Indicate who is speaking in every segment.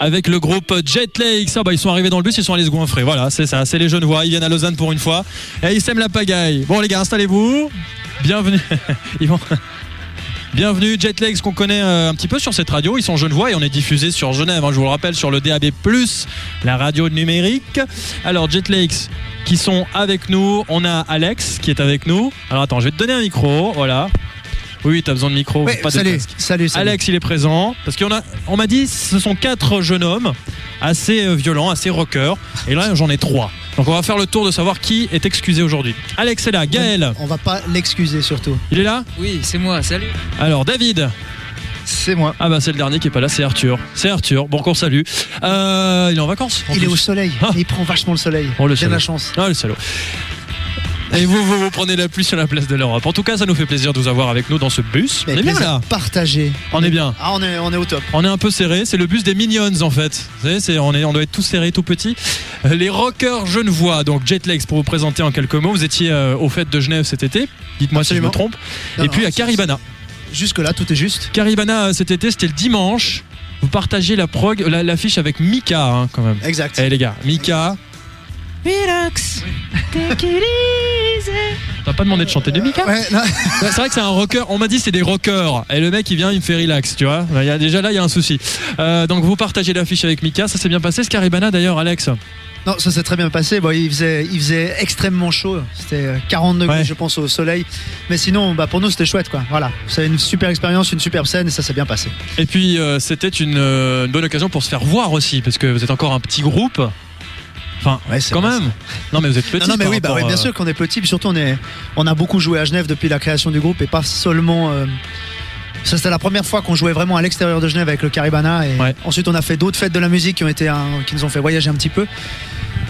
Speaker 1: avec le groupe Jet Lake. Ça, bah, ils sont arrivés dans le bus, ils sont allés se goinfrer. Voilà, c'est ça, c'est les Genevois. Ils viennent à Lausanne pour une fois. Et ils sèment la pagaille. Bon, les gars, installez-vous. Bienvenue. Ils vont. Bienvenue Jet Legs qu'on connaît euh, un petit peu sur cette radio. Ils sont genevois et on est diffusé sur Genève. hein, je vous le rappelle sur le DAB+, la radio numérique. Alors Jet Legs qui sont avec nous. On a Alex qui est avec nous. Alors attends, je vais te donner un micro. Voilà. Oui, t'as besoin de micro.
Speaker 2: Ouais,
Speaker 1: Oh, pas de
Speaker 2: salut,
Speaker 1: casque.
Speaker 2: salut, salut.
Speaker 1: Alex, il est présent parce qu'on a, on m'a dit, ce sont quatre jeunes hommes assez euh, violents, assez rockers. Et là, j'en ai trois. Donc, on va faire le tour de savoir qui est excusé aujourd'hui. Alex est là, Gaël,
Speaker 2: On va pas l'excuser surtout.
Speaker 1: il est là.
Speaker 3: Oui, c'est moi, salut.
Speaker 1: Alors, David,
Speaker 2: C'est moi.
Speaker 1: ah bah c'est le dernier qui est pas là, c'est Arthur. C'est Arthur. Bon, qu'on salue. Euh, il est en vacances. en
Speaker 2: Il est
Speaker 1: plus.
Speaker 2: au soleil.
Speaker 1: Ah.
Speaker 2: Il prend vachement le soleil.
Speaker 1: Oh, le
Speaker 2: J'ai de
Speaker 1: soleil.
Speaker 2: la chance.
Speaker 1: Ah, le salaud. Et vous, vous, vous prenez la pluie sur la place de l'Europe. En tout cas, ça nous fait plaisir de vous avoir avec nous dans ce bus. on est bien là.
Speaker 2: Partagé.
Speaker 1: On est bien.
Speaker 2: Ah, on est, on est au top.
Speaker 1: On est un peu serré, c'est le bus des Minions en fait. Vous savez, c'est- on, est, on doit être tout serré, tout petit. Euh, Les rockers genevois, donc Jetlegs pour vous présenter en quelques mots. Vous étiez euh, aux fêtes de Genève cet été, dites-moi si je me
Speaker 2: Absolument.
Speaker 1: trompe.
Speaker 2: Non,
Speaker 1: Et
Speaker 2: non,
Speaker 1: puis à
Speaker 2: c'est-
Speaker 1: Caribana.
Speaker 2: Jusque-là, tout est juste.
Speaker 1: Caribana euh, cet été, c'était le dimanche. Vous partagez la prog, la- l'affiche avec Mika hein, quand même.
Speaker 2: Exact.
Speaker 1: Eh les gars, Mika. T'as pas demandé de chanter de Mika
Speaker 2: Ouais, non,
Speaker 1: Ouais, C'est vrai que c'est un rocker. On m'a dit c'est des rockers. Et le mec il vient, il me fait relax, tu vois. Il y a, déjà là, il y a un souci. Euh, donc vous partagez l'affiche avec Mika, ça s'est bien passé. Ce Caribana d'ailleurs, Alex.
Speaker 2: non, ça s'est très bien passé. Bon, il, faisait, il faisait extrêmement chaud. C'était euh, 40 degrés,
Speaker 1: Ouais.
Speaker 2: je pense, au soleil. Mais sinon, bah, pour nous, c'était chouette. quoi. Voilà. C'est une super expérience, une superbe scène et ça s'est bien passé.
Speaker 1: Et puis euh, c'était une, euh, une bonne occasion pour se faire voir aussi, parce que vous êtes encore un petit groupe. Enfin,
Speaker 2: Ouais, c'est
Speaker 1: quand
Speaker 2: vrai,
Speaker 1: même. Non mais vous êtes petit.
Speaker 2: Non, non, mais
Speaker 1: par
Speaker 2: oui, bah,
Speaker 1: rapport,
Speaker 2: oui, bien
Speaker 1: euh,
Speaker 2: sûr qu'on est petit, puis surtout on, est, on a beaucoup joué à Genève depuis la création du groupe et pas seulement. euh, ça, c'était la première fois qu'on jouait vraiment à l'extérieur de Genève avec le Caribana. Et
Speaker 1: Ouais.
Speaker 2: Ensuite, on a fait d'autres fêtes de la musique qui, ont été un- qui nous ont fait voyager un petit peu.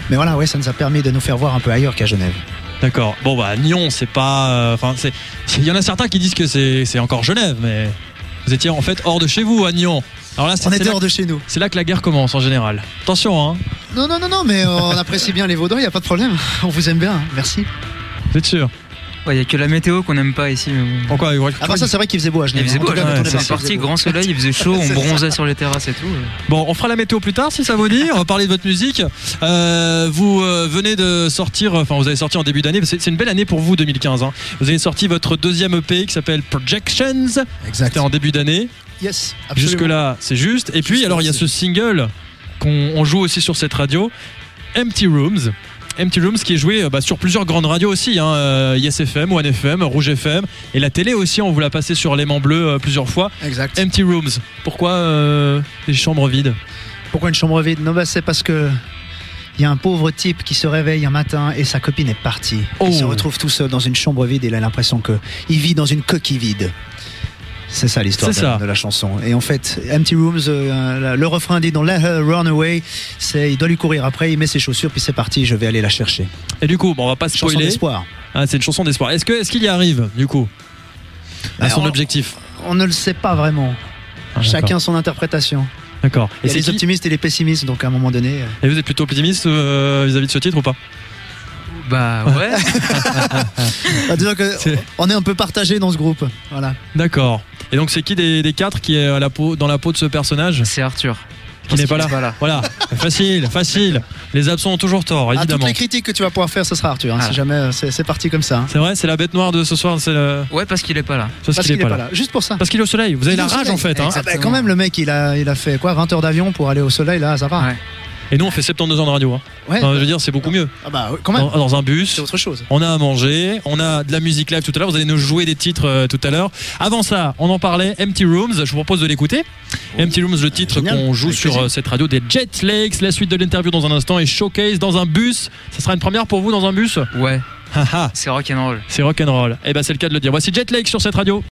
Speaker 2: Mais voilà, ouais, ça nous a permis de nous faire voir un peu ailleurs qu'à Genève.
Speaker 1: D'accord. Bon bah Nyon, c'est pas. euh, Enfin, c'est. Il y en a certains qui disent que c'est c'est encore Genève, mais vous étiez en fait hors de chez vous à Nyon. Alors là, c'est
Speaker 2: On
Speaker 1: c'est
Speaker 2: était
Speaker 1: là,
Speaker 2: hors de chez nous.
Speaker 1: c'est là que la guerre commence en général. Attention, hein.
Speaker 2: Non, non, non, non, mais euh, on apprécie bien les Vaudois, il n'y a pas de problème. On vous aime bien, hein. merci.
Speaker 1: Vous êtes sûr.
Speaker 3: Il n'y a que la météo qu'on n'aime pas ici. mais bon.
Speaker 1: Pourquoi
Speaker 2: À part ça, c'est vrai qu'il faisait beau à Genève. hein.
Speaker 3: Il
Speaker 2: En
Speaker 3: faisait
Speaker 2: tout
Speaker 3: beau,
Speaker 2: cas,
Speaker 1: ouais,
Speaker 2: quand on est
Speaker 1: ça,
Speaker 2: parti, il
Speaker 3: c'est
Speaker 2: faisait
Speaker 3: parti,
Speaker 2: beau.
Speaker 3: grand soleil, il faisait chaud, on
Speaker 2: C'est ça.
Speaker 3: bronzait sur les terrasses et tout.
Speaker 1: Bon, on fera la météo plus tard si ça vous dit. On va parler de votre musique. Euh, vous euh, venez de sortir, enfin vous avez sorti en début d'année, c'est c'est une belle année pour vous 2015. hein. Vous avez sorti votre deuxième EP qui s'appelle Projections.
Speaker 2: Exact.
Speaker 1: C'était en début d'année.
Speaker 2: Yes, absolument.
Speaker 1: Jusque-là, c'est juste. Et puis,
Speaker 2: Jusque-là,
Speaker 1: alors il y a
Speaker 2: c'est
Speaker 1: ce single qu'on on joue aussi sur cette radio, Empty Rooms. Empty Rooms qui est joué euh, bah, sur plusieurs grandes radios aussi, hein, euh, Yes FM, One FM, Rouge FM et la télé aussi, on vous l'a passé sur l'aimant bleu euh, plusieurs fois.
Speaker 2: Exact.
Speaker 1: Empty Rooms, pourquoi euh, des chambres vides
Speaker 2: Pourquoi une chambre vide Non, bah, c'est parce que il y a un pauvre type qui se réveille un matin et sa copine est partie.
Speaker 1: Oh.
Speaker 2: Il se retrouve tout seul dans une chambre vide et il a l'impression que il vit dans une coquille vide. C'est ça l'histoire
Speaker 1: C'est ça.
Speaker 2: de, de la chanson. Et en fait, Empty Rooms, euh, la- le refrain dit dans Let Her Run Away, c'est il doit lui courir après, il met ses chaussures, puis c'est parti, je vais aller la chercher.
Speaker 1: Et du coup, bon, on va pas se
Speaker 2: Chanson
Speaker 1: spoiler.
Speaker 2: d'espoir.
Speaker 1: Ah, c'est une chanson d'espoir. Est-ce que est-ce qu'il y arrive du coup à
Speaker 2: Bah,
Speaker 1: son
Speaker 2: on-
Speaker 1: objectif
Speaker 2: On ne le sait pas vraiment.
Speaker 1: Ah,
Speaker 2: Chacun son interprétation.
Speaker 1: D'accord. D'accord. Et,
Speaker 2: Il y a
Speaker 1: c'est
Speaker 2: les
Speaker 1: qui-
Speaker 2: optimistes et les pessimistes, donc à un moment donné. euh,
Speaker 1: Et vous êtes plutôt optimiste euh, vis-à-vis de ce titre ou pas
Speaker 3: Bah ouais.
Speaker 2: bah, disons que
Speaker 1: C'est-
Speaker 2: on est un peu partagé dans ce groupe. Voilà.
Speaker 1: D'accord. Et donc c'est qui des, des quatre qui est à la peau, dans la peau de ce personnage
Speaker 3: C'est Arthur.
Speaker 1: qui n'est pas
Speaker 3: Parce
Speaker 1: là
Speaker 3: qu'il
Speaker 1: Voilà. facile, facile. Les absents ont toujours tort,
Speaker 2: Ah, toutes
Speaker 1: évidemment.
Speaker 2: les critiques que tu vas pouvoir faire, ce sera Arthur. hein,
Speaker 3: Ah.
Speaker 2: Si jamais, euh, c'est c'est parti comme ça. hein.
Speaker 1: C'est vrai, c'est la bête noire de ce soir. C'est le-
Speaker 3: Ouais, parce qu'il est pas là.
Speaker 1: parce qu'il est pas là.
Speaker 2: Juste pour ça.
Speaker 1: Parce qu'il est au soleil. Vous avez la rage en fait. hein.
Speaker 2: Ah, bah,
Speaker 3: Exactement.
Speaker 2: quand même, le mec, il a, il a fait quoi 20 heures d'avion pour aller au soleil, là, ça va.
Speaker 3: Ouais.
Speaker 1: Et nous on fait 72 ans de radio. hein.
Speaker 2: Ouais.
Speaker 1: Enfin, je veux dire, c'est beaucoup mieux.
Speaker 2: Ah bah, quand même,
Speaker 1: Dans, dans un bus,
Speaker 2: c'est autre chose.
Speaker 1: On a à manger, on a de la musique live tout à l'heure, vous allez nous jouer des titres euh, tout à l'heure. Avant ça, on en parlait, Empty Rooms, je vous propose de l'écouter. Empty Rooms, le titre
Speaker 2: génial,
Speaker 1: qu'on joue
Speaker 2: avec
Speaker 1: sur
Speaker 2: plaisir.
Speaker 1: euh, cette radio des Jet Lakes, la suite de l'interview dans un instant et Showcase dans un bus. Ça sera une première pour vous dans un bus Eh
Speaker 3: Ouais,
Speaker 1: Haha,
Speaker 3: c'est rock'n'roll.
Speaker 1: c'est rock'n'roll. Et ben c'est le cas de le dire. Voici Jet Lakes sur cette radio.